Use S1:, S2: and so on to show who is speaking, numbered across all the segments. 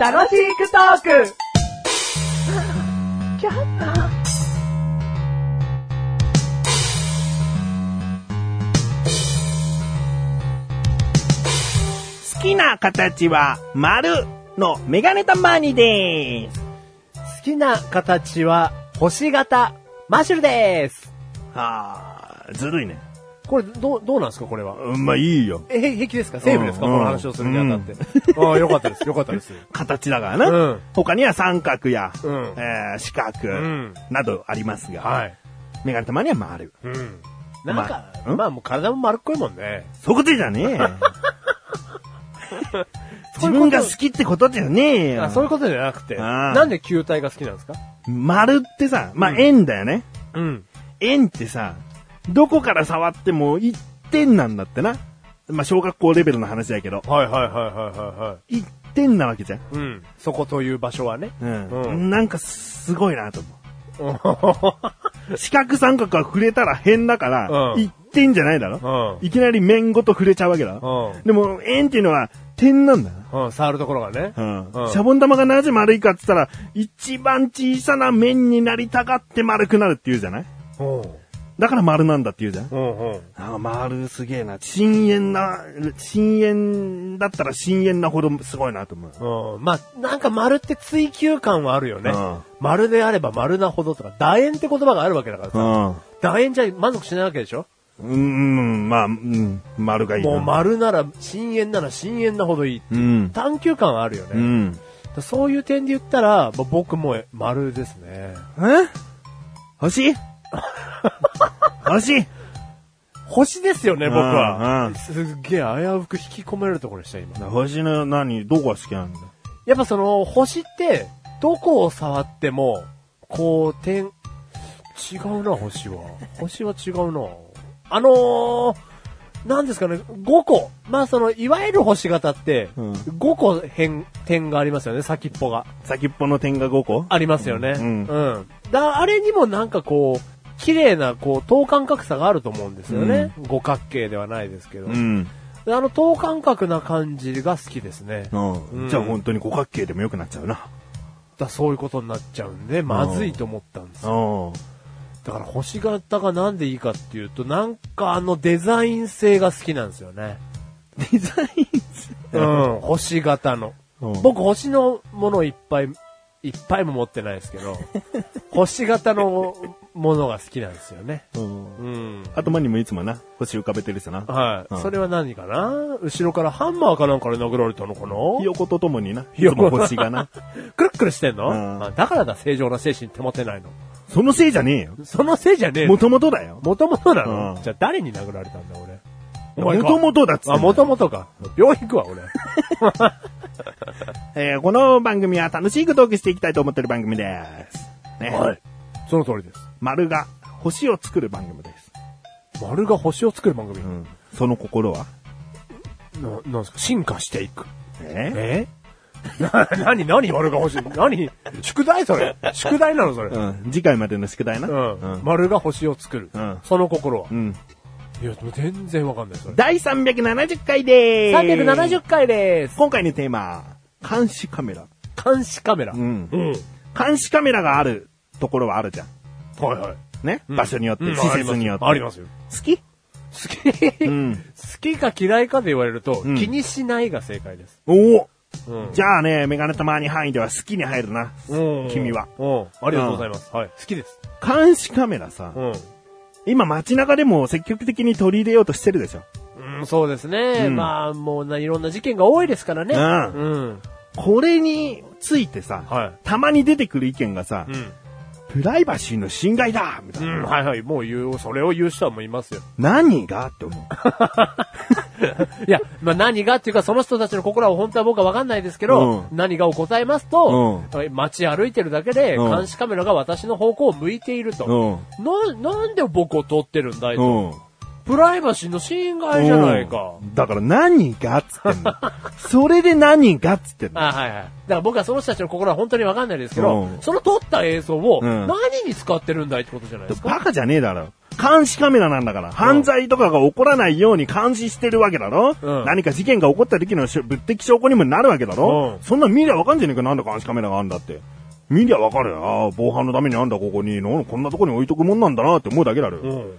S1: 楽しくトーク
S2: 好きな形は丸のメガネたまにでーす。
S3: 好きな形は星型マッシュルです。
S2: あー、ずるいね。
S3: これ、どう、どうなんですかこれは。
S2: うん、まあいいよ。
S3: え、平気ですかセーフですか、
S2: うん
S3: この話をするにあたって。あ あ、よかったです。よかったです。
S2: 形だからな。
S3: うん
S2: 他には三角や、
S3: うん
S2: えー四角、
S3: ん
S2: などありますが、
S3: はい。
S2: メガネたまには丸。
S3: うん。なんか、
S2: まあうん
S3: まあもう体も丸っこいもんね。
S2: そういうことじゃ ねえ。自分が好きってことじゃねえよ。
S3: あそういうことじゃなくて、
S2: ああ
S3: なんで球体が好きなんですか
S2: 丸ってさ、まあ円だよね。
S3: うん。
S2: 円ってさ、どこから触っても一点なんだってな。まあ小学校レベルの話だけど、
S3: はいはいはいはいはいは
S2: 一点なわけじゃん。
S3: い。うん。そこという場所はね。
S2: う
S3: うん
S2: ん。なんかすごいなと思
S3: うん。
S2: う。四角三角は触れたら変だから、
S3: うん
S2: 一点じゃないだろ、
S3: うん
S2: いきなり面ごと触れちゃうわけだろ、
S3: う
S2: でも円っていうのは点なんだな。
S3: ん。うん。触るところがね。
S2: うん
S3: うん
S2: シャボン玉がなぜ丸いかって言ったら、一番小さな面になりたがって丸くなるって言うじゃない
S3: うん。
S2: だから丸なんだって言うじゃん
S3: うんうん。
S2: ああ、丸すげえな。深淵な、深淵だったら深淵なほどすごいなと思う。
S3: うん。まあ、なんか丸って追求感はあるよね。
S2: うん
S3: 丸であれば丸なほどとか、楕円って言葉があるわけだからさ。
S2: う
S3: 楕円じゃ満足しないわけでしょ
S2: ん。うん、まあ、うん、丸がいいな。
S3: もう丸なら、深淵なら深淵なほどいい。
S2: うん。
S3: 探求感はあるよ
S2: う
S3: ね。
S2: ん。
S3: そういう点で言ったら、もう僕も丸ですね。
S2: え星 星
S3: 星ですよね、僕
S2: うんう
S3: は
S2: ん。
S3: すっげえ危うく引き込めるところでした、今。
S2: 星の何どこが好きなんだ
S3: やっぱその、星って、どこを触っても、こう、点、違うな、星は。星は違うな。あのー、なんですかね、5個。まあその、いわゆる星型って、
S2: うん
S3: 5個変、点がありますよね、先っぽが。
S2: 先っぽの点が5個
S3: ありますよね。
S2: うん
S3: うん。だあれにもなんかこう、綺麗な、こう、等間隔差があると思うんですよね。五角形ではないですけど。
S2: うん。
S3: であの等間隔な感じが好きですね。
S2: うん。じゃあ本当に五角形でも良くなっちゃうな。
S3: だそういうことになっちゃうんで、まずいと思ったんですよ。
S2: うん。
S3: だから星型がなんでいいかっていうと、なんかあのデザイン性が好きなんですよね。
S2: デザイン
S3: うん、星型の。
S2: うん
S3: 僕星のものいっぱい、いっぱいも持ってないです けど、星型のものが好きなんですよね。
S2: うん。
S3: うん。
S2: 頭にもいつもな、星浮かべてるしな。
S3: はい。
S2: うん
S3: それは何かな後ろからハンマーかなんかで殴られたのか
S2: ひ
S3: な
S2: よことともにな、
S3: ひよ
S2: いつも
S3: こ
S2: 星がな。
S3: くるっくるしてんの、
S2: うん
S3: あだからだ、正常な精神って持てないの。
S2: そのせいじゃねえよ。
S3: そのせいじゃねえ
S2: も
S3: の。
S2: ともとだよ。
S3: もともとなの、
S2: うん
S3: じゃあ誰に殴られたんだ、俺。お
S2: も
S3: 前か
S2: ともとだっつってんだ
S3: あ、
S2: よ。
S3: もともとか。病院行 くわ、俺。
S2: えーこの番組は楽しくトークしていきたいと思ってる番組です。ね。
S3: はい。その通りです。
S2: 丸が星を作る番組です。
S3: 丸が星を作る番組。
S2: うん。その心は
S3: な、なんですか進化していく。
S2: え
S3: えな、なに、なに丸が星、なに宿題それ。宿題なのそれ。
S2: うん。次回までの宿題な。
S3: うん。
S2: うん。
S3: 丸が星を作る。
S2: うん
S3: その心は。
S2: うん。
S3: いや、でも全然わかんない、それ。
S2: 第370回でーす。
S3: 370回です。
S2: 今回のテーマ、監視カメラ。
S3: 監視カメラ。
S2: うん
S3: うん。
S2: 監視カメラがあるところはあるじゃん。
S3: はいはい。
S2: ね。
S3: うん
S2: 場所によって、
S3: うん
S2: 施設によって。
S3: ありますよ。
S2: 好き
S3: 好き、
S2: うん
S3: 好きか嫌いかで言われると、
S2: うん
S3: 気にしないが正解です。
S2: おお
S3: うん
S2: じゃあね、メガネたまに範囲では好きに入るな。
S3: うん
S2: 君は。
S3: うん。ありがとうございます。はい。好きです。
S2: 監視カメラさ、
S3: うん。
S2: 今街中でも積極的に取り入れようとしてるでしょ。
S3: うん、そうですね。
S2: うん
S3: まあ、もうな、いろんな事件が多いですからね。
S2: う
S3: うん。
S2: これについてさ、
S3: はい
S2: たまに出てくる意見がさ、
S3: うん。
S2: プライバシーの侵害だみたいうな。
S3: ん、はいはい。もう言う、それを言う人はもういますよ。
S2: 何がって思う。
S3: いや、まあ何がっていうか、その人たちの心は本当は僕はわかんないですけど、
S2: う
S3: 何がを答えますと、街歩いてるだけで、
S2: うん
S3: 監視カメラが私の方向を向いていると。な、なんで僕を撮ってるんだいと。
S2: うん。うん。
S3: プライバシーの侵害じゃないか
S2: う。んだから何がっつってん の。それで何がっつってんの。
S3: あはいはい。だから僕はその人たちの心は本当にわかんないですけど、
S2: うん
S3: その撮った映像を
S2: うん
S3: 何に使ってるんだいってことじゃないですか。
S2: バカじゃねえだろ。監視カメラなんだから、犯罪とかが起こらないように監視してるわけだろ、
S3: うん
S2: 何か事件が起こった時のしょ物的証拠にもなるわけだろ、
S3: うん
S2: そんなん見りゃわかんじゃねえか、なんで監視カメラがあんだって。見りゃわかるよ。ああ、防犯のためにあんだ、ここに。のこんなとこに置いとくもんなんだなって思うだけだろ。
S3: うん。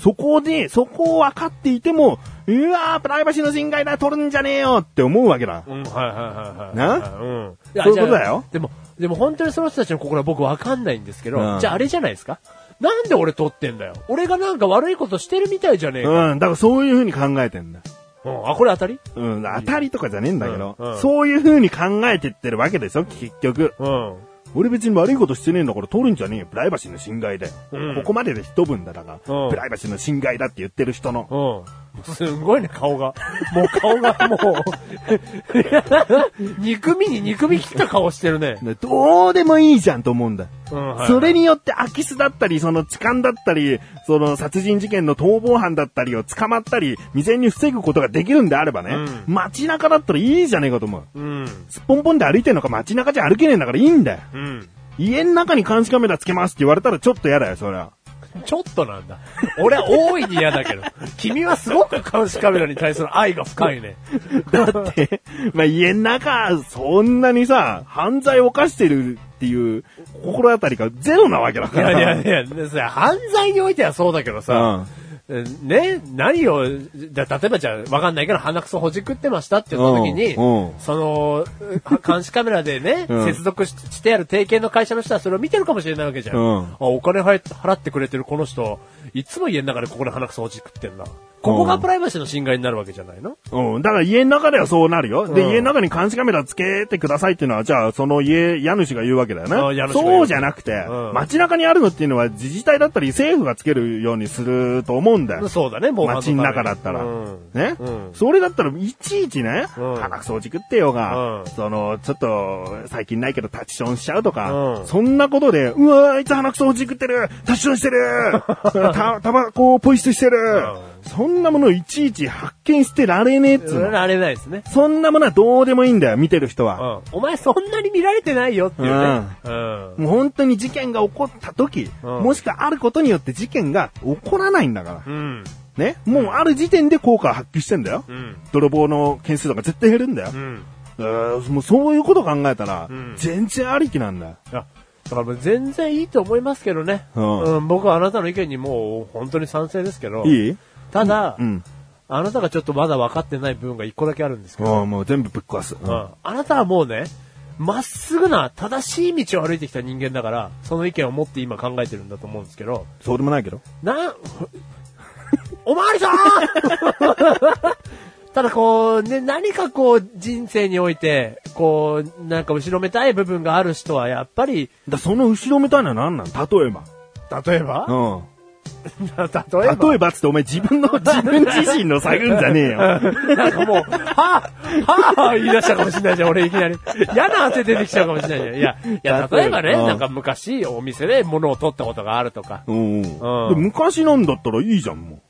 S2: そこで、そこを分かっていても、うわープライバシーの侵害だ、取るんじゃねえよって思うわけだ。
S3: うん、はいはいはいはい。
S2: な
S3: うん。
S2: そういうことだよ
S3: じゃあでも、でも本当にその人たちの心は僕わかんないんですけど、
S2: うん
S3: じゃああれじゃないですかなんで俺撮ってんだよ。俺がなんか悪いことしてるみたいじゃねえか。
S2: うん、だからそういう風に考えてんだ。
S3: うん、あ、これ当たり
S2: うん、当たりとかじゃねえんだけど、
S3: うんうん
S2: そういう風に考えてってるわけでしょ、結局。
S3: うん。
S2: 俺別に悪いことしてねえんだから取るんじゃねえよ。プライバシーの侵害だよ。
S3: うん
S2: ここまでで一分だ、だから、
S3: うん
S2: プライバシーの侵害だって言ってる人の。
S3: うん。すんごいね、顔が。もう顔がも う、憎みに憎み切った顔してるね。
S2: でどうでもいいじゃんと思うんだ。
S3: うん、はい
S2: それによって空き巣だったり、その痴漢だったり、その殺人事件の逃亡犯だったりを捕まったり、未然に防ぐことができるんであればね、
S3: う
S2: 街中だったらいいじゃねえかと思う。
S3: うん。
S2: すっぽんぽんで歩いてんのか街中じゃ歩けねえんだからいいんだよ。
S3: うん。
S2: 家の中に監視カメラつけますって言われたらちょっと嫌だよ、そりゃ。
S3: ちょっとなんだ。俺は大いに嫌だけど。君はすごく監視カメラに対する愛が深いね。
S2: だって、 まあ家の中、そんなにさ、犯罪を犯してるっていう心当たりがゼロなわけだ
S3: い
S2: から。
S3: やいやいやでさ、犯罪においてはそうだけどさ、えね、何を、だ例えばじゃあわかんないけど鼻くそほじくってましたって言った時に、
S2: うんうん
S3: その、は監視カメラでね、
S2: うん
S3: 接続ししてある定型の会社の人はそれを見てるかもしれないわけじゃん。
S2: うん
S3: あお金入っ払ってくれてるこの人、いつも家の中でここで鼻くそほじくってんな。ここがプライバシーの侵害になるわけじゃないの
S2: うん。だから家の中ではそうなるよ。で、
S3: うん
S2: 家の中に監視カメラつけてくださいっていうのは、じゃあその家、家主が言うわけだよ
S3: あ家
S2: ね。
S3: 主が言う
S2: そうじゃなくて、
S3: うん
S2: 街中にあるのっていうのは自治体だったり政府がつけるようにすると思うんだよ。
S3: そうだね、もう
S2: 街の中だったら。
S3: うん
S2: ね、
S3: うん
S2: それだったらいちいちね、
S3: うん
S2: 鼻くそおじくってよが、
S3: うん
S2: その、ちょっと、最近ないけどタッチションしちゃうとか、
S3: うん
S2: そんなことで、うわあいつ鼻くそおじくってるタッチションして るた、タバコをポイ捨てしてる、
S3: う
S2: そんなものをいちいち発見してられねえっつ
S3: そうれ
S2: の。
S3: はあれないですね。
S2: そんなものはどうでもいいんだよ、見てる人
S3: う
S2: は。
S3: ん。お前そんなに見られてないよっていうね。うん
S2: もう本当に事件が起こった時、
S3: うん
S2: もしくはあることによって事件が起こらないんだから。
S3: うん。
S2: ね。もうある時点で効果を発揮してんだよ。
S3: うん。
S2: 泥棒の件数とか絶対減るんだよ
S3: う。ん。
S2: えーもうそういうこと考えたら、
S3: うん
S2: 全然ありきなんだよ。
S3: あ、だからもう全然いいと思いますけどね。
S2: うん
S3: 僕はあなたの意見にもう本当に賛成ですけど。
S2: いい
S3: ただ、
S2: うん。
S3: あなたがちょっとまだ分かってない部分が一個だけあるんですけど。
S2: ああもう全部ぶっ壊す。
S3: うんあなたはもうね、まっすぐな正しい道を歩いてきた人間だから、その意見を持って今考えてるんだと思うんですけど。
S2: そうでもないけど。
S3: な、おまわりさん ただこう、ね、何かこう、人生において、こう、なんか後ろめたい部分がある人はやっぱり、
S2: だその後ろみたいなのは何なん例えば。
S3: 例えば
S2: うん。
S3: 例えば
S2: 例えばっつってお前自分の、自分自身の探るんじゃねえよ。
S3: なんかもう、はぁ、はぁ、言い出したかもしれないじゃん、俺いきなり。嫌な汗出てきちゃうかもしれないじゃん。いや、いや、例えばね、
S2: 例えばうん
S3: なんか昔お店で物を取ったことがあるとか。
S2: うん。
S3: ん
S2: で昔なんだったらいいじゃん、もう。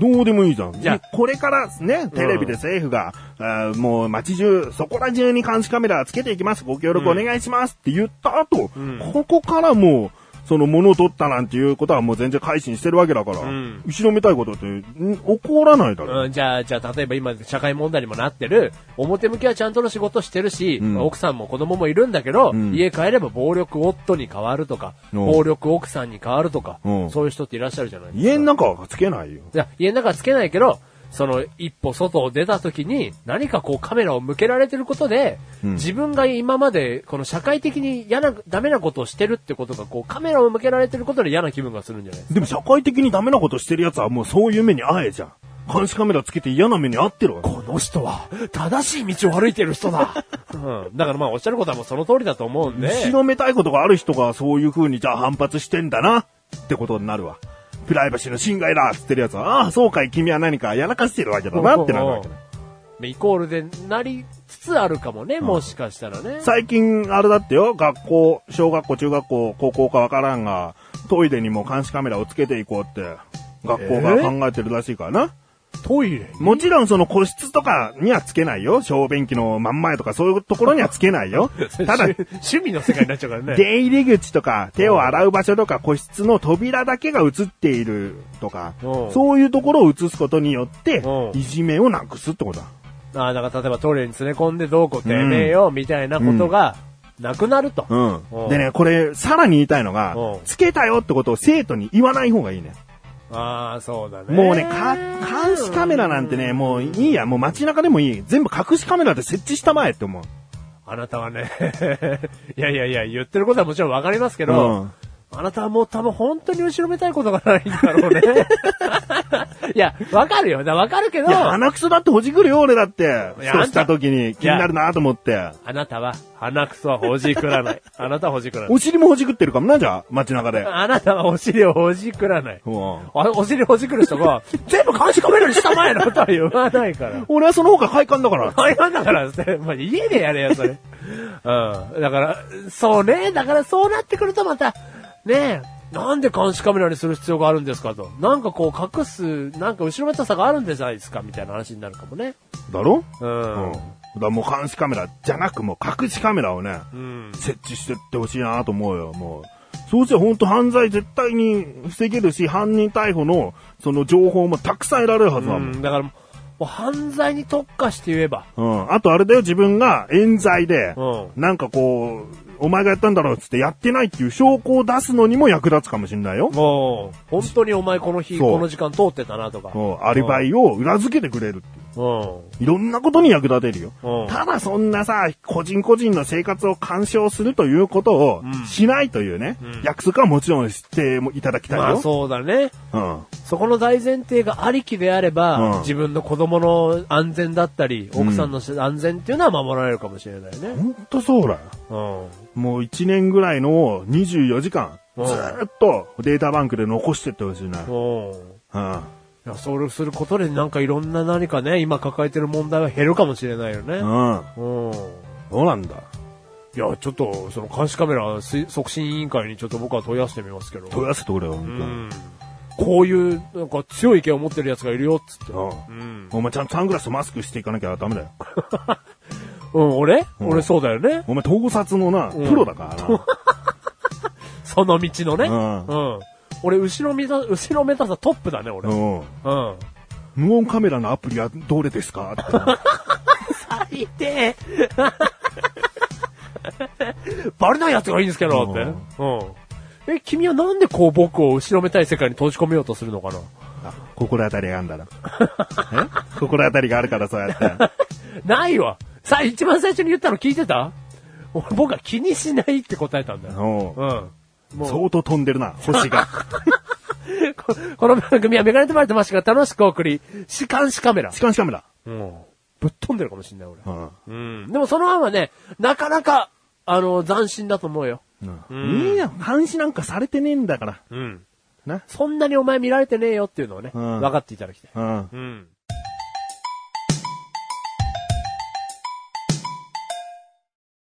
S3: うん。
S2: どうでもいいじゃん。
S3: じゃあ
S2: ねこれからね、テレビで政府が、あーもう街中、そこら中に監視カメラつけていきます、ご協力お願いしますって言った後、
S3: ん
S2: ここからもう、その物を取ったなんていうことはもう全然改心してるわけだから、
S3: ん
S2: 後ろめたいことって、ん起こらないだろ。
S3: うん、じゃあ、じゃあ、例えば今、社会問題にもなってる、表向きはちゃんとの仕事してるし、
S2: ん
S3: 奥さんも子供もいるんだけど、
S2: ん
S3: 家帰れば暴力夫に変わるとか、
S2: うん
S3: 暴力奥さんに変わるとか、
S2: うん
S3: そういう人っていらっしゃるじゃないですか。
S2: 家の中はつけないよ。
S3: いや家の中はつけないけど、その一歩外を出た時に何かこうカメラを向けられてることで、
S2: うん
S3: 自分が今までこの社会的に嫌な、ダメなことをしてるってことがこうカメラを向けられてることで嫌な気分がするんじゃないですか。
S2: でも社会的にダメなことしてる奴はもうそういう目にあえじゃん。監視カメラつけて嫌な目に遭ってるわけ。
S3: この人は正しい道を歩いてる人だ、うん、だからまあおっしゃることはもうその通りだと思うんで。
S2: 後ろめたいことがある人がそういう風にじゃあ反発してんだなってことになるわ。プライバシーの侵害だっつってるやつは、ああ、そうかい、君は何かやらかしてるわけだなってなるわけだ。
S3: イコールでなりつつあるかもね、もしかしたらね。
S2: 最近、あれだってよ、学校、小学校、中学校、高校かわからんが、トイレにも監視カメラをつけていこうって、学校が考えてるらしいからな。
S3: トイレ。
S2: もちろんその個室とかにはつけないよ。小便器の真ん前とかそういうところにはつけないよただ、
S3: 趣趣味の世界になっちゃうから ね。
S2: 出入り口とか手を洗う場所とか個室の扉だけが映っているとか
S3: うん、
S2: そういうところを映すことによって
S3: う、ん
S2: いじめをなくすってことだ。
S3: ああ、だから例えばトイレに連れ込んでどうこうてめえよ、みたいなことがなくなると。
S2: うん。でね、これ、さらに言いたいのが
S3: うん、
S2: つけたよってことを生徒に言わない方がいいね。
S3: ああ、そうだね。
S2: もうね、か、監視カメラなんてね、もういいや、もう街中でもいい。全部隠しカメラで設置したまえって思う。
S3: あなたはね、 いやいやいや、言ってることはもちろんわかりますけど、あなたはもう多分本当に後ろめたいことがないんだろうね。 いや、わかるよ。だわかるけど、
S2: いや、
S3: あ
S2: 鼻くそだってほじくるよ、俺だって。
S3: いや
S2: そうした時に気になるなと思って。
S3: なたは鼻くそはほじくらない。あなたはほじくらない。
S2: お尻もほじくってるかもな、じゃあ、街中で。
S3: あなたはお尻をほじくらない。
S2: うん
S3: あお尻ほじくる人が、 全部監視カメラにしたまえのとは言わないから。
S2: 俺はその方が快感だから。
S3: あれなんだから、それまあ、家でやれよ、それ。うん。だから、そうね。だからそうなってくるとまた、ねえ、なんで監視カメラにする必要があるんですかと。なんかこう隠す、なんか後ろめたさがあるんじゃないですかみたいな話になるかもね。
S2: だろ
S3: うん。
S2: だからもう監視カメラじゃなく、もう隠しカメラをね、
S3: うん。
S2: 設置してってほしいなと思うよ、もう。そうして本当犯罪絶対に防げるし、犯人逮捕のその情報もたくさん得られるはずだもん。
S3: だからもう、犯罪に特化して言えば。
S2: うん。あとあれだよ、自分が冤罪で、
S3: う
S2: なんかこう、お前がやったんだろうっつってやってないっていう証拠を出すのにも役立つかもしんないよ。
S3: もう、本当にお前この日、
S2: そう
S3: この時間通ってたなとか。
S2: うんアリバイを裏付けてくれるっていう
S3: うん。
S2: いろんなことに役立てるよ。
S3: うん
S2: ただそんなさ、個人個人の生活を干渉するということを
S3: うん
S2: しないというね、
S3: うん
S2: 約束はもちろんしてもいただきたいよ。
S3: まあそうだね。
S2: うん。
S3: そこの大前提がありきであれば、
S2: うん
S3: 自分の子供の安全だったり、奥さんの安全っていうのは守られるかもしれないね。
S2: ほんとそうだよ。
S3: うん。
S2: もう一年ぐらいの24時間、
S3: うん
S2: ずーっとデータバンクで残してってほしいな。
S3: うん。
S2: うん。
S3: いや、それをすることでなんかいろんな何かね、今抱えてる問題は減るかもしれないよね。
S2: うん。
S3: うん。
S2: そうなんだ。
S3: いや、ちょっと、その監視カメラす促進委員会にちょっと僕は問い合わせてみますけど。
S2: 問い合わせてくれよ、ほ
S3: うん
S2: とに
S3: ん。こういう、なんか強い意見を持ってる奴がいるよ、っつって。
S2: うん。
S3: うん。
S2: お前ちゃんとサングラスとマスクしていかなきゃダメだよ。
S3: うん、俺、
S2: うん
S3: 俺そうだよね。
S2: お前盗撮のな、
S3: うん
S2: プロだか
S3: その道のね。
S2: らな。
S3: うん。俺、後ろめた、後ろめたさトップだね、俺。
S2: う
S3: うん。
S2: ん。うん。無音カメラのアプリはどれですかってな。
S3: 最低 バレないやつがいいんですけど、って。うん。え、君はなんでこう僕を後ろめたい世界に閉じ込めようとするのかな
S2: あ心当たりがある んだな。え心当たりがあるからそうやって。
S3: ないわさ、一番最初に言ったの聞いてた俺僕は気にしないって答えたんだよ。
S2: おう
S3: うん。もう、
S2: 相当飛んでる な、星が。
S3: こ この番組はメガネとまれてましたが楽しくお送り、視監視カメラ。
S2: 痴漢カメラ。
S3: うん。ぶっ飛んでるかもしんない、俺。
S2: うん。
S3: うん。でもその案はね、なかなか、あの、斬新だと思うよ。
S2: うん、いいや、監視なんかされてねえんだから。
S3: うん。
S2: な。
S3: そんなにお前見られてねえよっていうのをね、
S2: うん
S3: 分かっていただきたい。
S2: うん。
S3: うん。